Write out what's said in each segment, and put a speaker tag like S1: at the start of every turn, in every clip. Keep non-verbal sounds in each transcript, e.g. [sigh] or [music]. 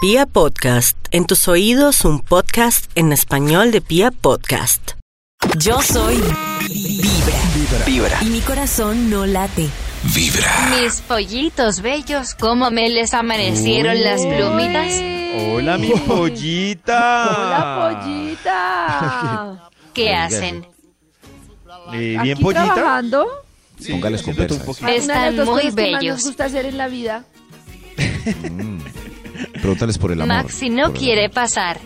S1: Pia Podcast, en tus oídos un podcast en español de Pia Podcast.
S2: Yo soy Vibra.
S3: Vibra.
S2: Y mi corazón no late.
S3: Vibra.
S4: Mis pollitos bellos, cómo me les amanecieron las plumitas.
S3: [laughs]
S5: Hola, mi pollita.
S6: Hola, pollita.
S4: ¿Qué hacen?
S5: Eh,
S6: Aquí
S5: bien, pollita.
S6: trabajando.
S3: Póngale
S5: Siéntate un
S3: escopeta.
S5: poquito.
S4: Ay. Están
S6: una de las dos
S4: muy
S6: cosas que más
S4: bellos.
S6: nos gusta hacer en la vida.
S3: Mm. Pregúntales por el amor.
S4: Maxi no
S3: Por el
S4: quiere
S3: amor.
S4: pasar.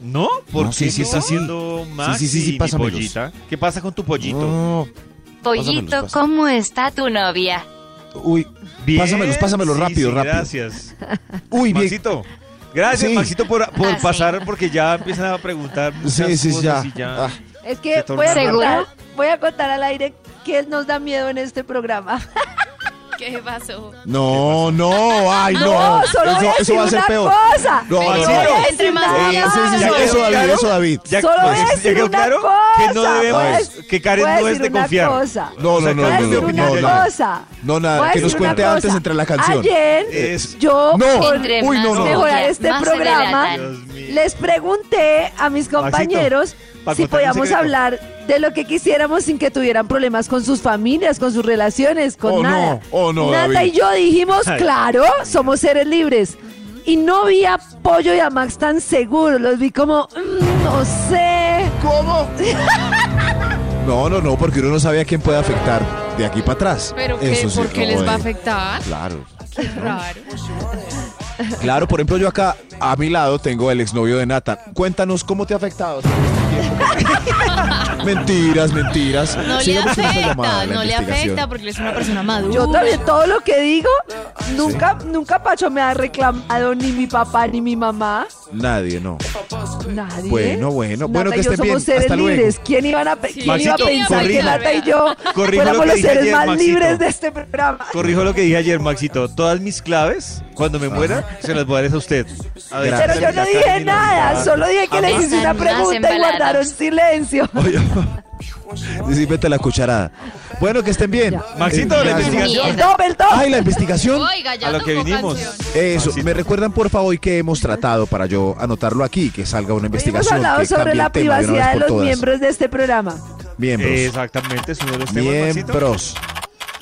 S5: ¿No? ¿Por
S3: No,
S5: qué
S3: sí, sí,
S5: no? está
S3: sí, sí.
S5: haciendo más?
S3: sí, sí, sí, pásamelos.
S5: pollita. ¿Qué pasa con tu pollito?
S3: No.
S4: Pollito,
S3: pásamelo.
S4: ¿cómo está tu novia?
S3: Uy,
S5: Bien,
S3: pásamelos, pásamelos
S5: sí,
S3: rápido,
S5: sí,
S3: rápido.
S5: Gracias.
S3: Uy, bien.
S5: Maxito. Gracias,
S3: Sí.
S5: Maxito, por, por
S4: Ah, sí.
S5: pasar, porque ya empiezan a preguntar muchas
S3: Sí, sí, ya.
S5: cosas y ya.
S3: Ah,
S6: Es
S5: Se
S6: que
S5: torna
S6: voy a,
S4: ¿Seguro?
S6: contar, voy a contar al aire qué nos da miedo en este programa.
S3: no, no, ay, no.
S6: [laughs] No, solo voy
S3: eso eso
S6: a decir
S3: va a ser
S6: una
S3: peor.
S6: cosa.
S3: No,
S6: Solo
S3: así
S6: voy a
S5: no.
S6: decir
S4: Entre más
S3: Eh,
S6: nada.
S3: sí, sí, sí,
S5: Ya quedó
S3: eso, David,
S5: claro.
S3: eso, David.
S6: Solo voy a
S5: pues,
S6: decir
S5: quedó
S6: una
S5: claro que no
S6: cosa,
S3: pues. voy a
S5: debemos,
S6: decir-
S5: que
S6: Voy
S5: Karen
S6: a
S5: no es
S6: decir
S5: de
S6: una
S5: confiar.
S6: cosa.
S3: No, no, no,
S6: Voy a
S3: no,
S6: decir
S3: no,
S6: una
S3: no, nada.
S6: cosa.
S3: No,
S6: Voy
S3: nada,
S6: a
S3: que nos
S6: decir una
S3: cuente
S6: cosa.
S3: antes entre la canción.
S6: Ayer
S5: Es-
S6: yo
S3: No.
S6: por
S4: Entre
S3: uy,
S4: más
S3: no, no.
S6: mejorar
S4: novia,
S6: este
S4: más se
S6: programa
S4: delatan.
S5: Dios mío.
S6: les pregunté a mis compañeros
S5: para contar
S6: si
S5: un
S6: podíamos
S5: secreto.
S6: hablar de lo que quisiéramos sin que tuvieran problemas con sus familias, con sus relaciones, con
S3: Oh, no,
S6: nada.
S3: oh, no,
S6: Nata
S3: David.
S6: y yo dijimos,
S5: Ay.
S6: claro, somos seres libres. Y no vi a Pollo y a Max tan seguros, los vi como, "Mm, no sé.
S3: ¿Cómo? No, no, no, porque uno no sabe a quién puede afectar de aquí para atrás.
S7: ¿Pero qué?
S3: Eso sí,
S7: ¿Por qué
S3: no,
S7: les va a
S3: eh,
S7: afectar?
S3: Claro.
S7: Qué raro.
S3: Claro, por ejemplo, yo acá a mi lado tengo el exnovio de Nathan. Cuéntanos cómo te ha afectado.
S7: [laughs]
S3: este tiempo. mentiras, mentiras.
S7: No le
S3: Sigamos con esta llamada,
S7: afecta,
S3: la
S7: no le
S3: investigación.
S7: afecta porque él es una persona madura.
S6: [laughs] Yo también todo lo que digo, nunca, nunca Pacho me ha reclamado ni mi papá ni mi mamá.
S3: Nadie, no.
S6: Nadie.
S3: Bueno, bueno,
S6: Nata
S3: bueno, que
S6: y yo
S3: estén bien.
S6: somos seres
S3: Hasta luego.
S6: libres. ¿Quién, iban a pe- quién iba a
S5: Maxito,
S6: pensar que
S5: corrija.
S6: Nata y yo
S5: Corrija lo
S6: fuéramos
S5: que
S6: los
S5: dije
S6: seres
S5: ayer,
S6: más
S5: Maxito.
S6: libres de este programa?
S5: Corrijo lo que dije ayer, Maxito. Todas mis claves, cuando me muera, se las voy a dar a usted. A ver,
S3: Gracias.
S6: Pero yo no
S5: la
S6: dije
S5: Karen y la-
S6: nada, solo dije que les hice una
S4: Están más
S6: pregunta y
S4: embalados.
S6: guardaron silencio.
S3: Sí, vete la cucharada. Bueno, que estén bien.
S5: Maxito,
S3: Eh,
S5: la
S3: gracias.
S5: investigación.
S6: El top, el top.
S3: Ay, la investigación.
S7: Oiga, ya
S5: A lo
S7: tocó
S5: que vinimos.
S7: canción.
S3: Eso,
S5: Maxito.
S3: me recuerdan porfa hoy que hemos tratado para yo anotarlo aquí, que salga una
S6: Hemos
S3: investigación.
S6: hablado
S3: que
S6: sobre
S3: cambie
S6: la
S3: el tema de una
S6: privacidad de
S3: vez por
S6: los
S3: todas.
S6: miembros de este programa.
S3: Miembros.
S5: Exactamente, es uno de los temas, Maxito.
S3: miembros.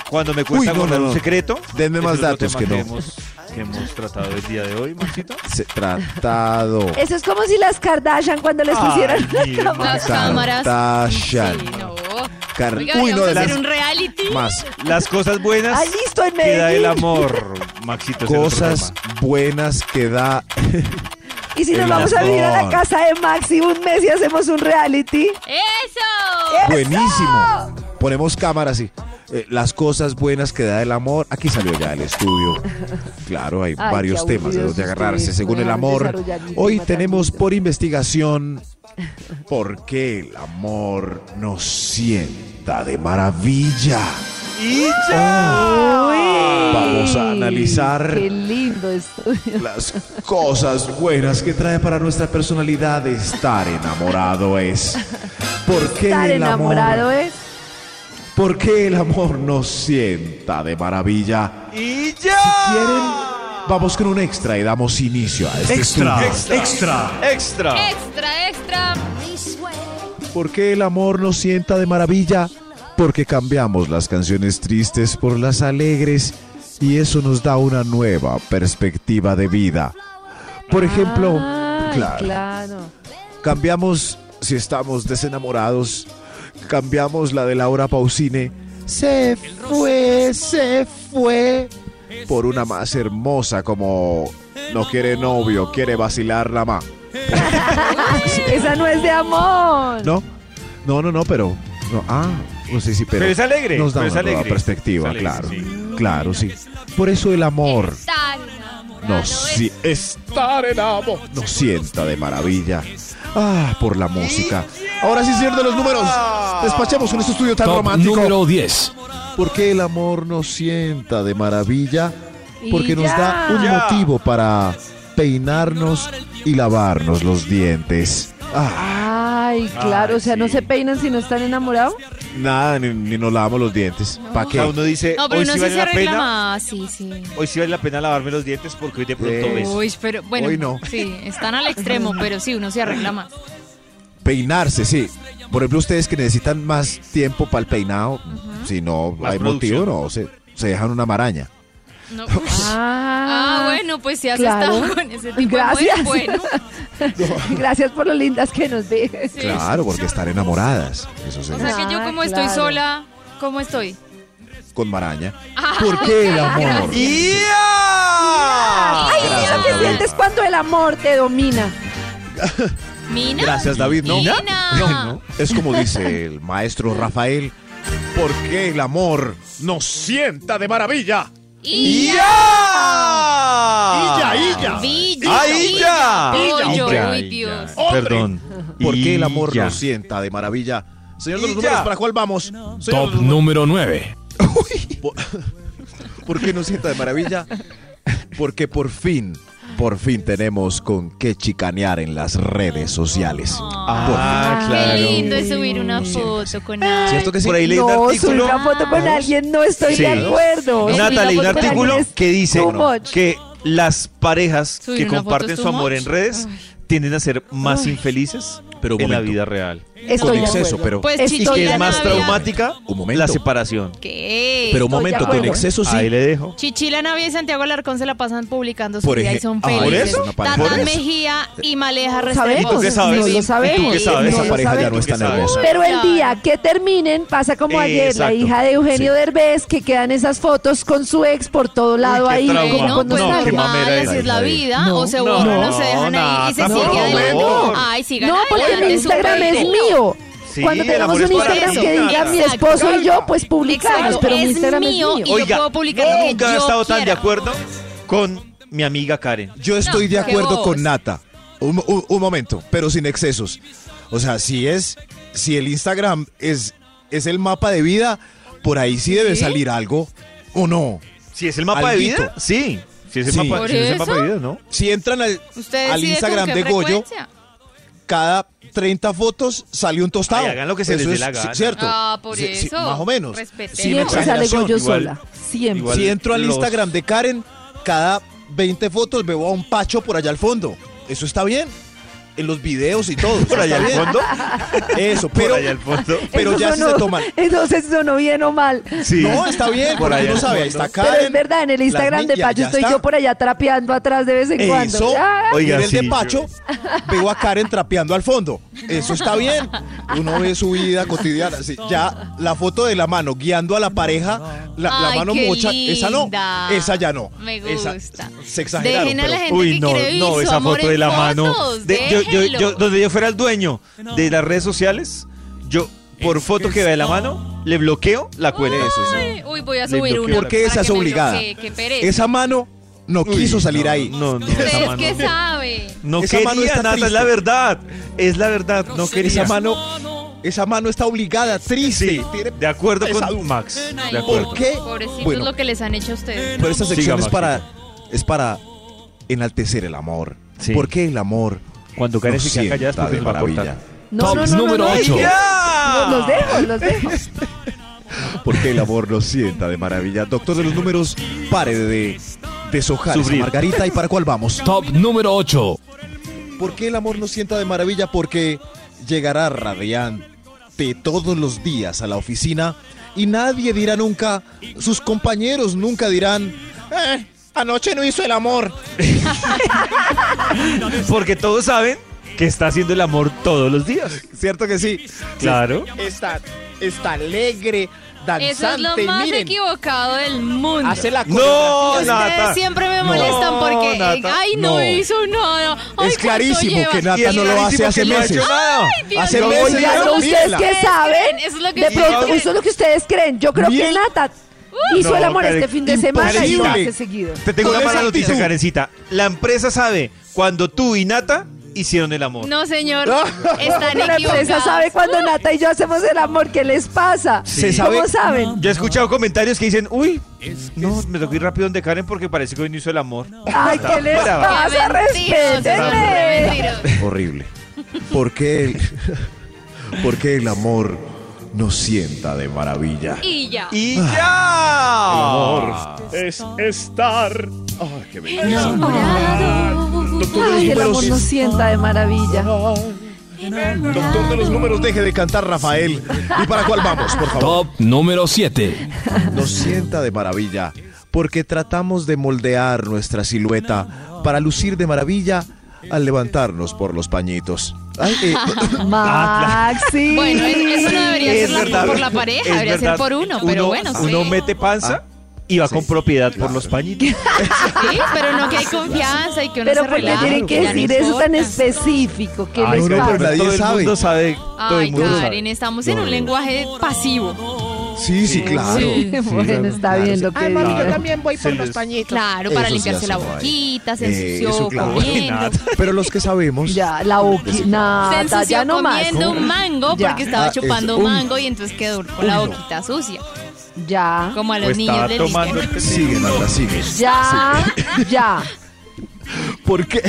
S5: Cuando me cuesta
S3: Uy, no,
S5: guardar
S3: no, no.
S5: un secreto.
S3: Denme
S5: es
S3: más
S5: otro
S3: datos
S5: tema
S3: que no.
S5: hemos, que hemos tratado el día de hoy, Maxito.
S3: Se- tratado.
S6: Eso es como si las Kardashian cuando les
S5: Ay,
S6: pusieran
S5: mi
S6: la cámara.
S7: Las cámaras.
S3: Kardashian.
S7: Sí, no.
S3: Car-
S7: Oiga,
S3: Uy, no,
S7: deberíamos
S3: de
S7: hacer
S3: las-
S7: un reality.
S3: Más.
S5: Las cosas buenas
S6: Ah, listo, en
S5: que da el
S6: Medellín.
S5: amor, Maxito. es el otro
S3: Cosas
S5: tema.
S3: buenas que da.
S6: Y si nos
S3: El
S6: vamos a vivir a la
S3: amor.
S6: casa de Maxi un mes y hacemos un reality.
S7: ¡Eso!
S3: Buenísimo. Ponemos cámara así. Eh, las cosas buenas que da el amor. Aquí salió ya el estudio. Claro, hay
S6: Ay,
S3: varios
S6: qué
S3: temas de
S6: aburrido
S3: donde
S6: esos
S3: agarrarse
S6: estudios.
S3: según
S6: No
S3: el
S6: dejaron
S3: amor.
S6: desarrollar mi
S3: Hoy
S6: tema tan
S3: tenemos
S6: lindo.
S3: por investigación por qué el amor nos sienta de maravilla.
S5: Y ya.
S3: Vamos a analizar
S6: Qué lindo estudio.
S3: Las cosas buenas que trae para nuestra personalidad estar enamorado es. ¿Por qué
S6: Estar
S3: el amor?
S6: enamorado
S5: [laughs]
S6: ¿eh? es.
S3: ¿Por qué el amor nos sienta de maravilla?
S5: Y ya.
S3: Si quieren, vamos con un extra y damos inicio a este estudio.
S5: extra, extra.
S7: Extra, extra.
S3: ¿Por qué el amor nos sienta de maravilla? Porque cambiamos las canciones tristes por las alegres y eso nos da una nueva perspectiva de vida. Por ejemplo,
S6: Ay,
S3: claro.
S6: claro.
S3: Cambiamos si estamos desenamorados. Cambiamos la de Laura Pausine. Se fue, se fue. Por una más hermosa como no quiere novio, quiere vacilar la ma.
S6: Esa no es de amor.
S3: No, no, no, no, pero. No, ah, no sé si, pero.
S5: Pero es alegre,
S3: Nos da
S5: pero es
S3: una nueva
S5: alegre.
S3: perspectiva,
S5: Es
S3: claro.
S5: alegre,
S3: Claro, sí. Por eso el amor
S7: Tan
S3: nos, si- estar enamorado nos sienta de maravilla. Ah, por la música. Ahora sí, señor de los números. Despachemos con este estudio tan romántico.
S8: número 10.
S3: Porque el amor nos sienta de maravilla,
S6: Y
S3: porque nos da
S6: ya.
S3: un
S5: Ya.
S3: motivo para peinarnos y lavarnos los dientes. Ah,
S6: Ay, claro,
S5: Ay,
S6: o sea, no
S5: sí.
S6: se peinan si no están enamorados.
S3: Nada, ni, ni nos lavamos los dientes. ¿Para
S5: O sea,
S3: qué?
S5: uno dice,
S7: No, pero
S5: hoy
S7: no
S5: sí
S7: sé si
S5: vale
S7: se
S5: la
S7: arregla
S5: pena.
S7: más. Sí, sí.
S5: Hoy sí vale la pena lavarme los dientes porque hoy de pronto
S3: Eh.
S5: beso.
S7: Uy, pero bueno.
S3: Hoy no.
S7: Sí, están al extremo, pero sí, uno se arregla más.
S3: Peinarse, sí. Por ejemplo, ustedes que necesitan más tiempo para el peinado, si no
S5: Más
S3: hay
S5: producción.
S3: motivo, no, se, se dejan una maraña.
S7: No.
S6: Ah,
S7: Ah, bueno, pues si has
S6: claro.
S7: estado [laughs] con ese tipo
S6: Gracias.
S7: de bueno,
S6: [laughs] Gracias por lo lindas que nos ves.
S7: sí.
S3: Claro, porque estar enamoradas, eso
S7: O
S3: se
S7: sea que yo
S6: Ah,
S7: como
S6: claro.
S7: estoy sola, ¿cómo estoy?
S3: con maraña.
S7: Ah.
S3: ¿Por qué el amor?
S6: Ay,
S3: Gracias,
S6: eso que
S3: David.
S6: sientes cuando el amor te domina.
S7: Mina.
S3: Gracias, David. No,
S7: Mina.
S3: No, es como dice el maestro Rafael, ¿por qué el amor nos sienta de maravilla?
S7: Y
S5: ¡Ya!
S7: Ah.
S3: ¡Illa, illa!
S7: Villa.
S5: ¡Ay, ya!
S7: Pollo,
S5: Ya,
S7: uy,
S5: ya.
S7: Dios.
S5: Perdón.
S3: ¿Por qué el amor
S5: Ya.
S3: nos sienta de maravilla? Señor de los
S5: Y
S3: números,
S5: ya.
S3: ¿para cuál vamos? Señor de
S8: Top
S3: los
S8: número 9.
S3: [laughs] ¿Por qué nos sienta de maravilla? Porque por fin, por fin tenemos con qué chicanear en las redes sociales.
S5: Ah,
S7: Qué
S5: claro.
S7: lindo es subir una foto con alguien.
S3: ¿Cierto que sí?
S5: Por ahí leí un
S6: no, subir
S5: artículo.
S6: una foto con alguien no estoy
S5: Sí.
S6: de acuerdo.
S7: Es
S5: Natalie, un
S7: una foto con
S5: artículo
S7: alguien
S5: que dice
S6: too much.
S5: que las parejas
S7: Subir
S5: que
S7: una foto
S5: comparten
S7: es
S5: su
S7: too
S5: amor
S7: much.
S5: en redes tienden a ser más infelices
S3: Pero un
S5: en la
S3: momento.
S5: vida real.
S3: Con
S6: Estoy de
S3: exceso, pero,
S6: acuerdo.
S7: Pues
S6: Es- y
S5: Y
S7: chichón
S5: que
S7: de
S5: es más
S7: Navia.
S5: traumática
S3: Un momento.
S5: la separación.
S7: ¿Qué?
S3: pero un
S6: Estoy de
S3: momento, con
S6: acuerdo.
S3: exceso sí.
S5: Ahí le dejo.
S7: Chichila Navia y Santiago Alarcón se la pasan publicando su
S3: Por
S7: vida y
S3: eje-
S7: son
S3: Ah, ¿por
S7: felices.
S3: eso? Por
S7: Tatán
S3: eso.
S7: Mejía y Maleja
S6: ¿Sabemos?
S7: Restrepo.
S5: ¿Tú qué sabes?
S6: No
S5: ¿Y
S6: lo
S5: tú
S6: sabemos.
S5: qué sabes?
S6: No
S3: Esa
S6: lo
S3: pareja ya no
S6: sabemos.
S3: es tan hermosa.
S6: Pero el
S7: Claro.
S6: día que terminen pasa como
S5: Eh,
S6: ayer, la
S5: exacto.
S6: hija de Eugenio
S3: Sí.
S6: Derbez, que quedan esas fotos con su ex por todo lado
S5: qué
S6: ahí,
S5: trauma.
S6: como con
S7: Bueno, pues
S5: No, qué
S6: nostalgia.
S5: mamera
S7: normal,
S5: es.
S7: así es la
S3: Ay,
S7: vida.
S6: no.
S7: o se
S5: No,
S7: borran o
S5: no,
S7: se dejan ahí y se
S5: Nata, por
S7: sigue adelante.
S5: favor.
S7: Ay, sigan
S6: No, porque mi
S7: adelante,
S6: Instagram
S7: súper
S6: es
S7: bien.
S6: mío.
S5: Sí,
S6: Cuando
S5: el
S6: tengamos
S5: amor
S6: un
S5: es para
S6: Instagram
S5: eso.
S6: que diga mi
S7: Exacto.
S6: esposo y yo, pues publicamos,
S7: Exacto,
S6: pero mi
S7: es
S6: Instagram
S7: mío
S6: es
S7: y-
S6: mío.
S7: yo puedo publicar lo que
S5: nunca he
S7: yo
S5: estado tan de
S7: quiera.
S5: acuerdo con mi amiga Karen.
S3: Yo estoy de
S7: qué
S3: acuerdo
S7: bobos.
S3: con Nata. Un, un- un momento, pero sin excesos. O sea, si es, si el Instagram es, es el mapa de vida, por ahí sí debe salir algo o no.
S5: Si es el mapa de
S3: Alguito.
S5: vida, sí. Si es el
S3: Sí.
S5: mapa,
S7: ¿Por
S5: si es el
S7: eso?
S5: mapa de vida, ¿no?
S3: Si entran al,
S7: Usted
S3: al
S7: decide con
S3: Instagram
S7: qué
S3: de Goyo,
S7: frecuencia.
S3: cada 30 fotos salió un tostado.
S5: Ay, hagan lo que se les dé la
S3: sí,
S5: gana.
S3: ¿Cierto?
S7: Ah, por
S3: Sí, sí,
S7: eso.
S3: más o menos.
S7: Respetemos.
S3: Sin
S6: Siempre sale
S3: exageración.
S6: Goyo
S5: igual-
S6: sola. Siempre.
S5: igual-
S3: Si entro al
S5: los-
S3: Instagram de Karen, cada 20 fotos veo a un pacho por allá al fondo. Eso está bien. En los videos y todo.
S5: Por
S3: eso está
S5: allá al
S3: bien.
S7: [laughs]
S5: fondo.
S3: Eso,
S5: Por
S3: pero,
S5: allá al fondo.
S3: pero
S6: Eso
S3: ya si
S6: sonó-
S3: se toman.
S6: Entonces sonó bien o mal.
S5: Sí.
S3: No, está bien,
S5: Por
S3: por ahí
S5: allá
S3: no
S5: al
S3: sabe.
S5: fondo.
S3: Ahí está Karen.
S6: Pero es verdad, en el
S3: las
S6: Instagram de
S3: niñas,
S6: Pacho
S3: ya
S6: estoy
S3: está.
S6: yo por allá trapeando atrás de vez en cuando.
S3: Eso.
S6: Ah,
S5: Oiga,
S3: y en el
S5: sí,
S3: de Pacho, veo a Karen trapeando al fondo. Eso está bien. Uno ve su vida cotidiana. sí. Ya la foto de la mano guiando a la pareja, la, la
S7: Ay,
S3: mano
S7: qué
S3: mocha, esa no.
S7: linda.
S3: Esa ya no.
S7: Me
S3: Esa-
S7: gusta.
S3: se exageraron.
S7: Dejen a la
S3: pero-
S7: gente que quiere vivir su amor en fotos,
S5: De- yo- yo-
S7: déjenlo.
S5: yo- donde yo fuera el dueño de las redes sociales, yo por foto que vea de la mano, le bloqueo la cuenta.
S7: Ay, Uy, voy a
S5: Le
S7: subir
S5: bloqueo
S7: una.
S5: la- ¿Por
S3: Porque
S7: para
S3: esa
S7: que
S3: es
S7: me
S3: obligada.
S7: bloquee, Qué pereza.
S3: Esa mano no
S5: Uy,
S3: quiso salir
S5: no,
S3: ahí.
S5: No, no,
S7: Ustedes
S5: esa mano.
S7: que saben.
S5: No
S3: Esa mano
S5: quería,
S3: está
S5: Nata, es
S3: triste.
S5: la verdad. Es la verdad, no quería.
S3: Esa mano, esa mano está obligada, triste.
S5: Sí,
S3: Tiene-
S5: de acuerdo
S3: Pesadumbre.
S5: con Max.
S7: Ay,
S5: De acuerdo.
S3: ¿Por qué?
S7: Pobrecitos
S3: Bueno.
S7: lo que les han hecho a ustedes.
S3: Pero esta
S5: Siga,
S3: sección es
S5: Maxito.
S3: para, es para enaltecer el amor.
S5: Sí.
S3: ¿Por qué el amor?
S5: Cuando Karen
S3: nos
S5: se queda callada, es
S3: sienta de
S5: porque nos va a
S3: maravilla.
S5: cortar.
S6: no, no, no, no,
S8: número
S6: no,
S8: ocho.
S6: no, no, Los dejo,
S3: [laughs]
S6: los dejo.
S3: ¿Por qué el amor nos sienta de maravilla? Doctor de los números, pare de deshojar esa
S5: Sufrir.
S3: margarita. ¿Y para cuál vamos?
S8: Top número 8.
S3: ¿Por qué el amor nos sienta de maravilla? Porque llegará radiante todos los días a la oficina y nadie dirá nunca, sus compañeros nunca dirán, "Eh, anoche no hizo el amor.
S5: Porque todos saben que está haciendo el amor todos los días.
S3: ¿Cierto que sí?
S5: Claro.
S9: está, está alegre, danzante.
S7: Eso es lo más
S9: miren,
S7: equivocado del mundo.
S9: hace la
S5: No,
S7: Ustedes
S5: Nata.
S7: siempre me
S5: No,
S7: molestan porque, eh,
S5: Nata,
S7: ay, no,
S3: no.
S7: hizo nada. Ay,
S3: Es
S7: ¿cuánto
S3: clarísimo
S7: lleva?
S3: que Nata
S5: Y es
S3: no lo hace
S5: clarísimo
S3: hace
S5: que no ha hecho
S3: meses.
S5: nada.
S7: Dios
S3: hace
S7: mío.
S3: meses
S6: Oigan,
S3: ya no
S6: ¿ustedes
S3: mírala.
S6: qué saben?
S7: Eso es lo que
S6: De
S7: sí
S6: pronto,
S7: creen. Uh.
S6: eso es lo que ustedes creen. Yo creo que
S3: Bien.
S6: Nata hizo
S5: No,
S6: el amor
S5: Karen,
S6: este fin de semana y lo
S3: imposible.
S6: hace seguido.
S5: Te tengo
S3: Con
S5: una mala
S3: esa
S5: noticia,
S3: actitud.
S5: Karencita. La empresa sabe cuando tú y Nata hicieron el amor.
S7: No, señor. Están
S6: La empresa
S7: equivocados.
S6: sabe cuando Nata y yo hacemos el amor. ¿Qué les pasa?
S3: Se
S6: ¿Cómo
S3: sabe-
S6: saben?
S5: Yo he escuchado comentarios que dicen, uy, no, me tocó ir rápido donde Karen porque parece que hoy no hizo el amor.
S6: Ay, ¿qué les
S5: brava.
S6: pasa?
S7: Mentirosos,
S6: Respétenme.
S3: [laughs]
S7: mentirosos.
S3: Horrible. ¿Por qué el, por qué el amor nos sienta de maravilla.
S7: Y ya.
S5: ¡Y
S3: Ah.
S5: ya!
S8: es estar. Ay, qué bello.
S3: Doctor de
S6: Ay,
S3: los
S6: el amor nos
S3: números.
S6: sienta de maravilla.
S3: Doctor de los números, deje de cantar, Rafael. ¿Y para cuál vamos, por favor?
S10: Top número 7.
S3: Nos sienta de maravilla porque tratamos de moldear nuestra silueta para lucir de maravilla al levantarnos por los pañitos. Ay, eh, Ah,
S6: Maxi.
S7: Bueno, es- eso no debería
S5: Es
S7: ser la-
S5: verdad.
S7: por la pareja,
S5: Es
S7: debería ser
S5: verdad.
S7: por uno, pero bueno, sí.
S5: Uno mete panza
S3: Ah.
S5: y va con propiedad por los pañitos.
S7: Sí, pero no que hay confianza y que uno
S6: Pero
S7: se
S6: porque
S7: relaja.
S6: tienen que
S7: ya no
S6: decir eso tan
S7: importa.
S6: específico. ¿Qué
S5: Ay,
S6: les
S3: no,
S6: pasa?
S3: pero nadie
S5: todo el mundo sabe. Todo
S7: Ay,
S5: el mundo
S7: Karen,
S5: sabe.
S7: estamos en un lenguaje pasivo.
S3: sí, sí, claro.
S7: Sí.
S6: [laughs] bueno, está
S3: claro,
S6: bien
S3: sí.
S6: lo que
S9: Ay, mami, yo
S6: diga.
S9: también voy por
S5: Se
S9: los
S5: les-
S9: pañitos.
S7: Claro,
S3: Eso
S7: para
S3: sí
S7: limpiarse la
S3: hace fallo.
S7: boquita, se
S3: Eh, eso,
S7: ensució
S3: claro.
S7: comiendo.
S3: [laughs] Pero los que sabemos,
S6: Ya, la boqui.
S7: Se
S6: Nada,
S7: ensució
S6: ya no más.
S7: comiendo un mango
S6: Ya.
S7: porque estaba
S3: Ah, eso.
S7: chupando
S3: Uy.
S7: mango y entonces quedó con la boquita sucia.
S6: Ya,
S7: Como a los
S5: Pues
S7: niños
S5: estaba
S7: de
S5: tomando el
S3: sigue, Nata, sigue.
S6: ya, ya.
S3: [laughs] ¿Por qué?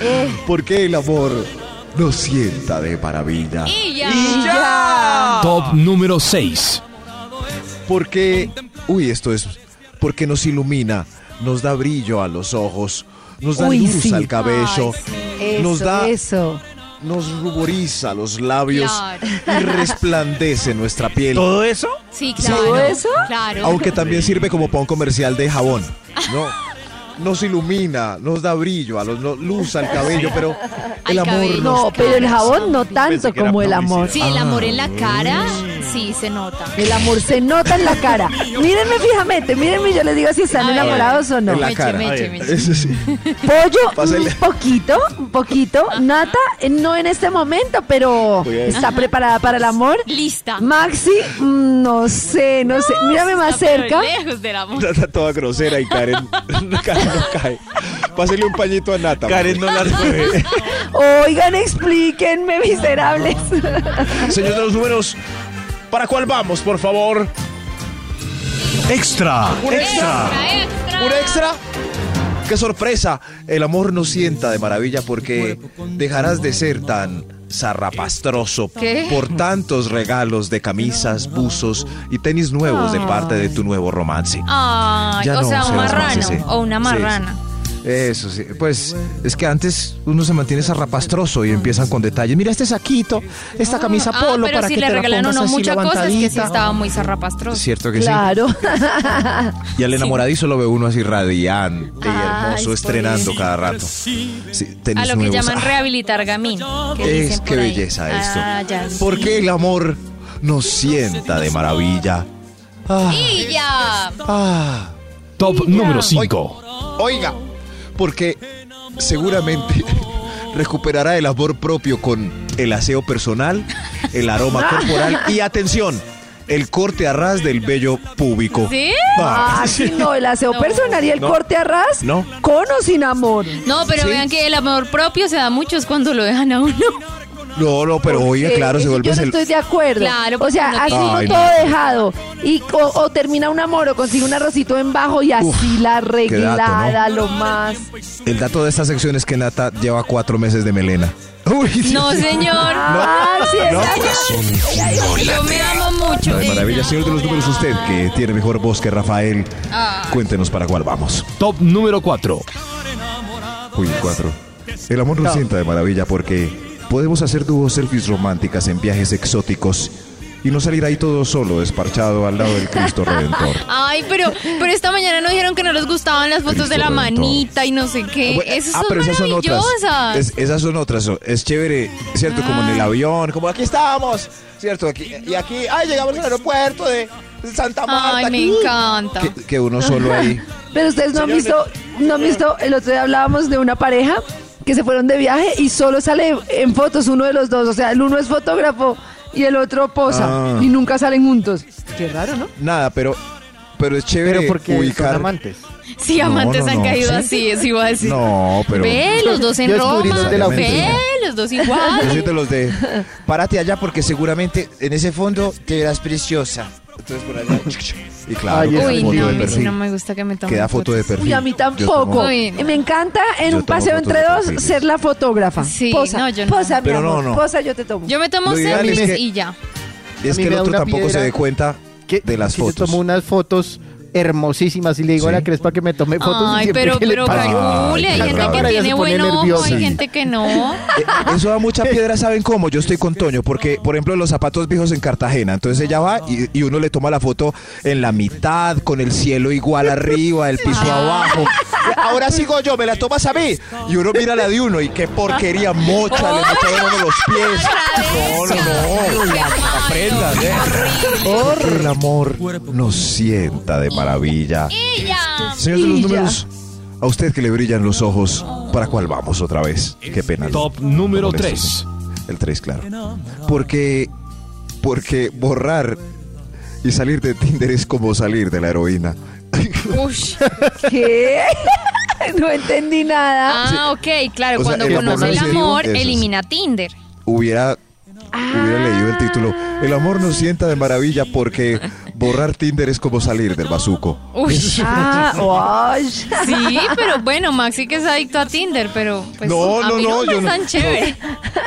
S6: Eh.
S3: ¿Por qué el amor nos sienta de maravilla?
S7: Y ya.
S3: Ah.
S10: Top número 6.
S3: Porque, uy, esto es, porque nos ilumina, nos da brillo a los ojos, nos da
S6: Uy,
S3: luz
S6: sí.
S3: al cabello,
S6: Eso,
S3: nos da,
S6: eso.
S3: nos ruboriza los labios
S7: Claro.
S3: y resplandece nuestra piel.
S5: ¿Todo eso?
S7: Sí, claro.
S6: ¿Todo eso?
S7: Claro.
S3: Aunque también sirve como pan comercial de jabón, ¿no? Nos ilumina, nos da brillo, a los, no- luz al cabello, pero el
S7: Al
S3: amor
S7: cabello.
S3: nos
S6: No, pero el jabón no tanto
S5: que era
S6: como el
S5: publicidad.
S6: amor.
S7: Sí, el amor en la cara, sí, se nota.
S6: El amor se nota en la cara. Mírenme fijamente, mírenme, yo les digo si están
S7: A ver.
S6: enamorados o no.
S3: en la
S7: Meche,
S3: cara.
S7: meche, meche.
S3: Eso sí. [laughs]
S6: Pollo,
S3: Pásale. Ah.
S6: un poquito, un poquito. Nata, eh, no en este momento, pero ¿está preparada para el amor?
S7: Lista.
S6: Maxi, mm, no sé, no sé. Mírame más
S7: Está, pero
S6: cerca.
S7: Lejos del amor.
S3: Nata toda grosera y Karen, [laughs] Karen no cae. Pásele un pañito a Nata.
S5: Karen no la puede.
S6: Oigan, explíquenme, miserables.
S3: Señor de los números, ¿para cuál vamos, por favor?
S10: Extra.
S3: ¿Un extra?
S7: Extra, extra.
S3: ¿Un extra? ¡Qué sorpresa! El amor no sienta de maravilla porque dejarás de ser tan zarrapastroso
S7: ¿Qué?
S3: por tantos regalos de camisas, buzos y tenis nuevos de parte de tu nuevo romance.
S7: Ay,
S3: Ya
S7: o
S3: no
S7: sea, un
S3: serás más
S7: marrano
S3: ese.
S7: o una
S3: Sí,
S7: marrana.
S3: Eso sí, pues es que antes uno se mantiene zarrapastroso y empiezan con detalles. Mira este saquito, esta camisa
S7: Ah,
S3: polo
S7: pero
S3: para
S7: si
S3: que
S7: le
S3: te la
S7: regalan a
S3: pongas
S7: uno
S3: así
S7: muchas cosas que sí
S3: levantadita.
S7: estaba muy zarrapastroso.
S3: Cierto que sí.
S6: Claro.
S3: Y al enamoradizo lo ve uno así radiante y hermoso, estrenando cada rato. Sí, tenis
S7: A lo que
S3: nuevos.
S7: llaman
S3: Ah,
S7: rehabilitar gamín. que
S3: es
S7: dicen
S3: que
S7: por ahí.
S3: belleza esto.
S7: Ah, ya. sí.
S3: Porque el amor nos sienta de maravilla.
S7: Y ya.
S3: Ah,
S10: Top número 5.
S3: oiga, porque seguramente [laughs] recuperará el amor propio con el aseo personal, el aroma corporal y atención, el corte a ras del vello púbico.
S7: ¿Sí?
S3: Ah,
S6: Maxi, no, el aseo personal y el corte a ras,
S3: No.
S6: con o sin amor.
S7: No, pero vean que el amor propio se da mucho es cuando lo dejan a uno.
S3: no, no, pero oiga,
S6: Eh,
S3: claro, se
S6: eso
S3: vuelve
S6: Yo no
S3: el.
S6: estoy de acuerdo.
S7: Claro,
S6: o sea,
S7: porque
S6: así
S7: no
S6: no
S3: tiene-
S6: todo dejado. Y co- o termina un amor o consigue un arrocito en bajo y así la arreglada, lo más.
S3: El dato de esta sección es que Nata lleva cuatro meses de melena. [laughs] Uy, sí.
S7: No, señor.
S6: Ah, sí, exacto.
S3: pues,
S7: Yo me amo mucho.
S3: De maravilla, señor de los números, usted que tiene mejor voz que Rafael.
S6: Ah.
S3: Cuéntenos para cuál vamos.
S10: Top número 4.
S3: Uy, cuatro. El amor nos sienta de maravilla porque podemos hacer dúos selfies románticas en viajes exóticos y no salir ahí todo solo, desparchado al lado del
S7: [laughs]
S3: Cristo Redentor.
S7: Ay, pero, pero esta mañana nos dijeron que no les gustaban las fotos de la
S3: Cristo redentor.
S7: manita y no sé qué.
S3: Bueno,
S7: Eh, Esas
S3: ah,
S7: son
S3: pero esas son otras.
S7: maravillosas. Ah.
S3: Es- esas son otras. son- Es chévere, ¿cierto? Como en el avión, como aquí estábamos, ¿cierto? Aquí, y aquí, ay, llegamos al aeropuerto de Santa Marta.
S7: Ay, me
S3: aquí.
S7: encanta.
S3: que, que uno solo
S7: [laughs]
S3: ahí.
S6: Pero ustedes no han visto, no han visto, el otro día hablábamos de una pareja que se fueron de viaje y solo sale en fotos uno de los dos. O sea, el uno es fotógrafo y el otro posa
S3: Ah.
S6: y nunca salen juntos.
S9: Qué raro, ¿no?
S3: Nada, pero, pero es chévere
S9: Pero porque son
S3: ubicar.
S9: amantes.
S7: Sí,
S3: No,
S7: amantes
S3: no,
S7: han
S3: no.
S7: caído
S3: ¿Sí?
S7: así, eso iba a decir.
S3: No, pero.
S7: Ve, los dos en
S9: Yo
S7: Roma.
S9: descubrí los de la
S7: Ve,
S3: oficina.
S7: los dos
S3: Yo soy
S7: igual.
S3: de los de. Párate allá porque seguramente en ese fondo te verás preciosa. Entonces por allá. Y claro,
S9: Ay,
S3: queda
S7: Uy,
S3: foto
S7: no, a
S3: de
S7: mí sí
S3: perfil.
S7: no me gusta que me tomen
S3: Queda foto de
S7: fotos.
S3: perfil.
S6: Uy, a mí
S3: Yo tomo-
S6: tampoco.
S7: Uy, no.
S6: Me encanta en
S3: Yo
S6: un
S3: tomo
S6: paseo
S3: fotos
S6: entre
S3: de
S6: dos
S3: perfiles.
S6: ser la fotógrafa.
S7: Sí,
S6: posa,
S7: no, yo no.
S6: posa, mi
S3: Pero no,
S6: amor,
S3: no.
S6: posa, yo te tomo.
S7: Yo me tomo
S3: Lo ideal es
S7: selfies
S3: que-
S7: y ya.
S3: Es
S9: mí
S3: que el
S9: me da
S3: otro
S9: una
S3: tampoco se
S9: piedra
S3: dé cuenta de las
S9: que se
S3: fotos.
S9: tomó unas fotos hermosísimas y le digo a la Crespa que me tome fotos. y
S7: Ay,
S9: siempre
S7: pero,
S9: que le
S7: pero
S9: pasa-
S7: calcule, hay
S9: Ay,
S7: gente que
S9: Bárbara, ya
S7: tiene
S9: se pone
S7: buen ojo,
S9: nerviosa.
S7: hay gente que no.
S3: [laughs] Eh, Eso da mucha piedra, ¿saben cómo? Yo estoy con Toño, porque, por ejemplo, los zapatos viejos en Cartagena. Entonces ella va y, y uno le toma la foto en la mitad, con el cielo igual arriba, el piso abajo. Ahora sigo yo, me la tomas a mí. Y uno mira la de uno y qué porquería, mocha, le mocha uno los pies. No, no, no. Aprendas, ¿eh? Que el amor nos sienta de maravilla.
S7: Ella.
S3: Señor de los
S6: Y ya.
S3: números, a usted que le brillan los ojos, ¿para cuál vamos otra vez? Qué pena.
S10: Top número
S3: Molesto.
S10: 3.
S3: El 3, claro. Porque, porque borrar y salir de Tinder es como salir de la heroína.
S7: Ush.
S6: ¿Qué? [laughs] No entendí nada.
S7: Ah, ok, claro,
S3: O sea,
S7: cuando
S3: el amor
S7: conoce el
S3: no es-
S7: amor,
S3: eso es.
S7: elimina Tinder.
S3: Hubiera, hubiera leído el título. El amor nos sienta de maravilla porque borrar Tinder es como salir del bazuco.
S7: [laughs] Ush.
S6: Ah, wash.
S7: Sí, pero bueno, Maxi que es adicto a Tinder, pero pues
S3: No,
S7: a
S3: no,
S7: mí
S3: no,
S7: no, me
S3: yo
S7: es
S3: no-
S7: tan chévere.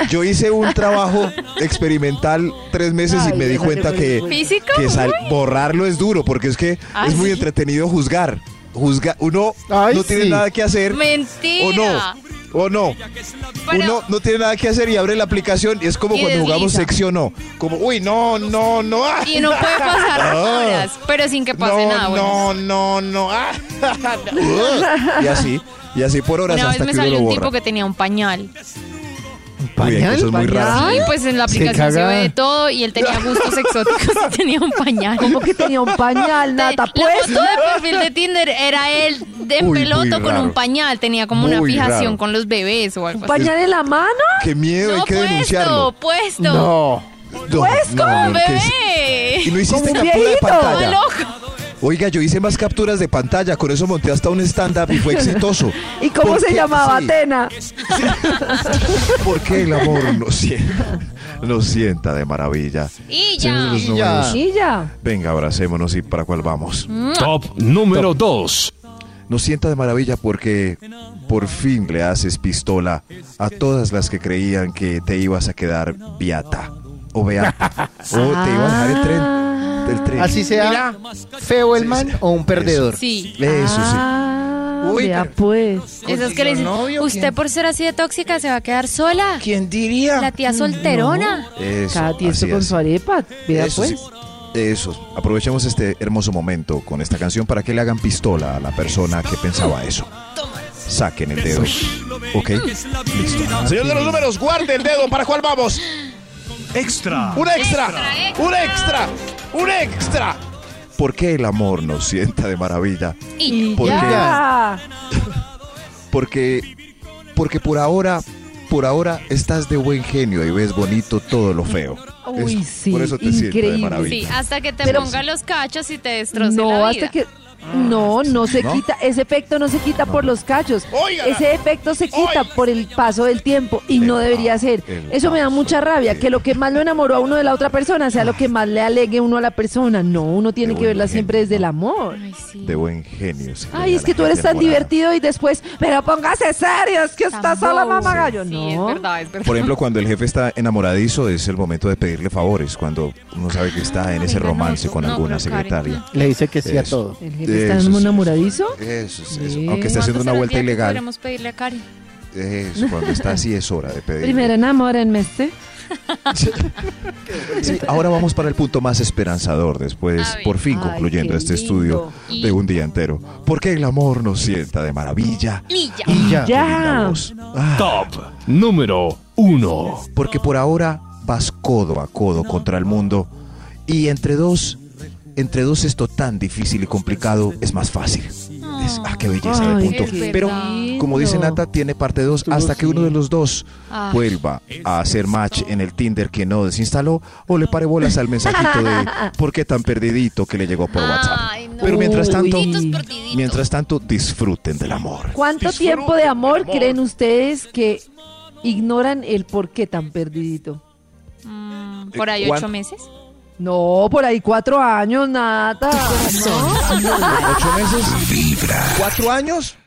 S3: Yo hice un trabajo experimental tres meses y
S6: Ay,
S3: me di
S6: esa
S3: cuenta
S6: que
S3: que,
S7: ¿Físico?
S3: que sal- borrarlo es duro porque es que
S7: Ah,
S3: es muy
S7: sí.
S3: entretenido juzgar. Juzga, uno
S9: Ay,
S3: no tiene
S9: sí.
S3: nada que hacer. O
S7: Mentira.
S3: no. O no.
S7: Pero-
S3: Uno no tiene nada que hacer y abre la aplicación y es como
S7: Y
S3: cuando jugamos
S7: desliza.
S3: sección no. Como, uy, no, no, no. ah,
S7: Y no puede
S3: [laughs]
S7: pasar
S3: Ah.
S7: horas, pero sin que pase nada.
S3: no,
S7: Bueno,
S3: no, no, no. ah, uh, y así, y así por horas
S7: Una vez
S3: hasta
S7: me
S3: que uno
S7: salió
S3: lo
S7: un
S3: borra.
S7: tipo que tenía un pañal.
S3: Uy, hay
S9: ¿Pañal?
S3: cosas muy raras.
S7: Sí, pues en la
S9: Se
S7: aplicación se,
S9: caga.
S7: ve de todo y él tenía
S3: [laughs]
S7: gustos exóticos y tenía un pañal.
S6: Como que tenía un pañal, nata,
S7: La
S6: pues.
S7: foto de perfil de Tinder era él de en
S3: Uy, muy
S7: peloto con
S3: raro.
S7: un pañal, tenía como una
S3: Muy
S7: fijación
S3: raro.
S7: con los bebés o algo así.
S6: ¿Pañal en la mano?
S3: Qué miedo, hay
S7: No,
S3: que
S7: puesto,
S3: denunciarlo.
S7: puesto.
S9: No.
S3: No,
S6: Pues,
S3: no,
S7: Un
S3: que es-
S7: bebé.
S3: Y no hiciste
S6: Como un
S3: captura de
S6: viejito.
S3: pantalla.
S7: Loco.
S3: Oiga, yo hice más capturas de pantalla, con eso monté hasta un stand-up y
S6: [laughs]
S3: fue exitoso.
S6: ¿Y cómo
S3: ¿Por
S6: se
S3: qué?
S6: llamaba?
S3: Sí.
S6: Atena.
S3: Porque el amor
S6: [laughs]
S3: nos sienta, nos sienta de maravilla.
S7: Y
S3: Señor de los
S7: ya.
S9: Y ya.
S3: números,
S6: Y ya.
S3: Venga, abracémonos y para cuál vamos.
S10: Mm. Top número 2.
S3: Nos sienta de maravilla porque por fin le haces pistola a todas las que creían que te ibas a quedar viata o beata o Oh, te iba a dejar el
S6: Ah.
S3: tren. Del tren.
S9: Así sea feo el
S3: Sí,
S9: man
S3: sí.
S9: o un perdedor.
S7: Sí.
S3: Eso sí.
S6: Ah,
S3: Uy,
S6: vea
S3: pero-
S6: pues.
S7: Esas que le dicen,
S9: novio,
S7: usted
S9: quién?
S7: por ser así de tóxica se va a quedar sola.
S9: ¿Quién diría?
S7: La tía solterona.
S3: Eso,
S6: Cada tiesto
S3: así
S6: con
S3: es.
S6: su arepa. Vea
S3: Eso
S6: pues.
S3: sí. Eso. Aprovechemos este hermoso momento con esta canción para que le hagan pistola a la persona que pensaba eso. Saquen el dedo. ¿Ok? Listo.
S8: Señor de los números, guarde el dedo. ¿Para cuál vamos? Extra. Un extra. Un extra. Un extra.
S3: ¿Por qué el amor nos sienta de maravilla?
S7: Y
S3: ¿Por qué?
S6: Ya.
S3: Porque, porque por ahora, por ahora estás de buen genio y ves bonito todo lo feo.
S6: Uy, sí,
S3: Por eso te sienta de
S6: increíble.
S7: sí,
S3: maravilla.
S7: hasta que te
S6: Pero-
S7: ponga los cachos y te destroce
S6: No,
S7: la vida.
S6: hasta que. No, no se
S3: ¿No?
S6: quita. Ese efecto no se quita por los cachos.
S8: Oiga.
S6: Ese efecto se quita por el paso del tiempo y
S3: El
S6: no debería
S3: paso,
S6: ser.
S3: el
S6: Eso me da
S3: paso
S6: mucha rabia.
S3: del
S6: Que lo que más lo enamoró a uno de la otra persona sea lo que más le alegue uno a la persona. No, uno tiene
S3: Qué
S6: que verla
S3: buen
S6: siempre
S3: ejemplo.
S6: desde el amor.
S7: Ay, sí.
S3: De buen genio. sí,
S6: Ay,
S3: a
S6: es
S3: la
S6: que tú
S3: gente
S6: eres tan
S3: enamorada.
S6: divertido y después, pero póngase serio, es que estás sola,
S7: Tampoco.
S6: mamá gallo.
S7: Sí,
S6: No.
S7: es verdad, es verdad.
S3: Por ejemplo, cuando el jefe está enamoradizo es el momento de pedirle favores, cuando uno sabe que está en ese
S7: Venga, no,
S3: romance con
S7: no,
S3: alguna
S7: pero Karen,
S3: secretaria.
S9: Le dice que sí a
S3: Eso.
S9: todo.
S6: ¿El jefe está
S3: Eso sí,
S6: enamoradizo?
S3: Eso es
S6: Sí.
S3: eso. Aunque esté
S7: ¿Cuándo
S3: haciendo una
S7: será el
S3: vuelta
S7: día que
S3: ilegal.
S7: Podremos pedirle a Cari.
S3: Eso, cuando está así es hora de pedir.
S6: Primero enamórenme este.
S3: Sí, ahora vamos para el punto más esperanzador después,
S7: A ver.
S3: por fin
S6: Ay,
S3: concluyendo
S6: qué
S3: este estudio
S7: lindo.
S3: de un día entero. Porque el amor nos sienta de maravilla.
S7: Y ya.
S9: Y
S3: Qué linda
S9: ya.
S6: Ya.
S3: voz. Ah,
S10: Top número 1.
S3: porque por ahora vas codo a codo contra el mundo y entre dos, entre dos esto tan difícil y complicado es más fácil. Es- ah, qué belleza de
S6: Ay,
S3: punto.
S7: es verdad.
S3: Pero como dice
S6: Lindo.
S3: Nata, tiene parte 2 hasta que uno de los dos
S7: Ah.
S3: vuelva a hacer match en el Tinder que no desinstaló o le pare bolas al mensajito
S7: [laughs]
S3: de por qué tan perdidito que le llegó por WhatsApp.
S7: Ay, no.
S3: Pero mientras tanto,
S7: Perdiditos, perdiditos.
S3: mientras tanto disfruten del amor.
S6: ¿Cuánto
S8: Disfruten
S6: tiempo de
S8: del
S6: amor,
S8: amor.
S6: creen ustedes que ignoran el por qué tan perdidito?
S7: Mm, Por ahí
S3: ¿Cuán-
S7: ocho meses.
S6: No, por ahí cuatro años, nada.
S3: ¿Ocho meses? ¿Cuatro años?